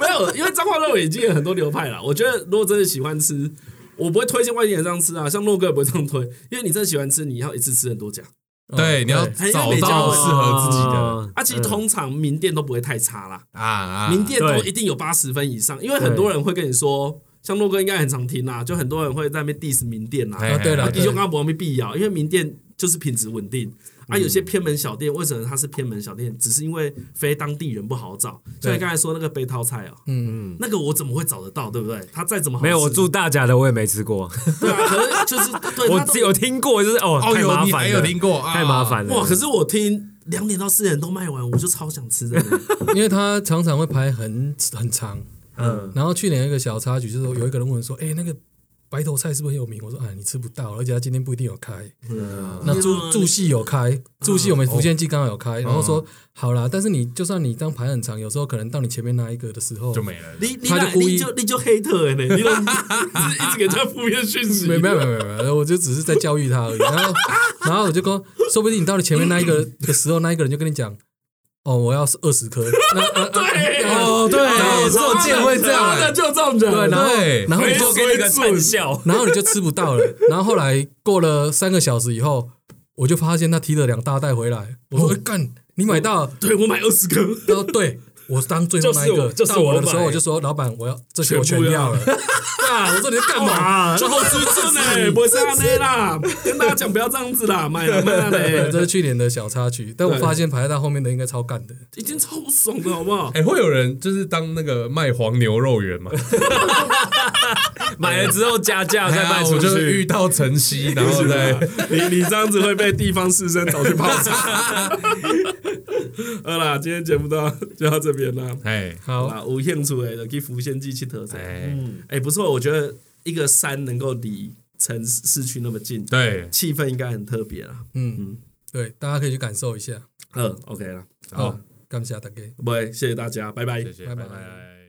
没有，因为彰化肉圆已经有很多流派了。我觉得如果真的喜欢吃，我不会推荐外地人这样吃啊，像诺哥也不会这样推，因为你真的喜欢吃，你要一次吃很多家。嗯对，你要找到适合自己哦的啊，嗯其实通常名店都不会太差啦。啊啊！名店都对一定有八十分以上，因为很多人会跟你说，像啊诺哥应该很常听啦，就很多人会在那边 diss 名店啦，哎啊，对了，啊你就对跟他不没必要，因为名店就是品质稳定。啊，嗯有些偏门小店为什么它是偏门小店？只是因为非当地人不好找。像对你刚才说那个杯套菜哦，嗯，那个我怎么会找得到？对不对？它再怎么好没有，我吃住大甲的我也没吃过，对啊，可能 (laughs) 就是对我它都只有听过，就是哦，哦，太有麻你烦还有了，听过，啊太麻烦了。哇，可是我听两点到四点都卖完，我就超想吃的呢。因为他常常会排很很长，嗯，然后去年有一个小插曲就是有一个人问说，哎、那个白头菜是不是很有名？我说啊，你吃不到，而且他今天不一定有开。那嗯哦驻驻系有开，驻系我们福建记刚好有开，然后说好啦，但是你就算你这样排很长，有时候可能到你前面那一个的时 (laughs) 候，就没了。你你他就哪故意你就你就黑特呢？ (laughs) 你都一直一直给他负面讯息。没没有没有没有没有，我就只是在教育他而已。然后 (laughs) 然后我就说，说不定你到了前面那一个的时候，那一个人就跟你讲，哦，我要二十颗。那 (laughs) 那对那哦对哎这种贱会这样妈的就这种人。对，然后对然后 (laughs) 你没就错我给你个灿笑，然后你就吃不到了。然后后来过了三个小时以后，我就发现他提了两大袋回来，我说、哎干，你买到了？对我买二十颗，他说对。我当最后那一个就是我就是到我的我时候，买我就说老板，我要这些我全要了。啊，我说你在干嘛？哇，最后出 (laughs) 阵 (laughs) 呢，哎不是阿内啦，跟大家讲不要这样子啦，哎买了买了 (laughs) 对，嘞，这是去年的小插曲，但我发现排在后面的应该超干的。已经超爽了，好不好？哎，会有人就是当那个卖黄牛肉 (laughs) 圆嘛？买了之后加价再卖哎我出就遇去。到晨曦， (laughs) 然后啊再你你这样子会被地方士绅找去泡茶。 (laughs) 好啦，今天节目到就到这边啦。哎好好，啦，有兴趣的就去福建记去特产。哎，哎、不错，我觉得一个山能够离城市市区那么近，对，气氛应该很特别啦。嗯，对，大家可以去感受一下。哦嗯，OK 啦，好，感谢大家，不会，谢谢大家，拜拜。谢谢，拜拜拜拜。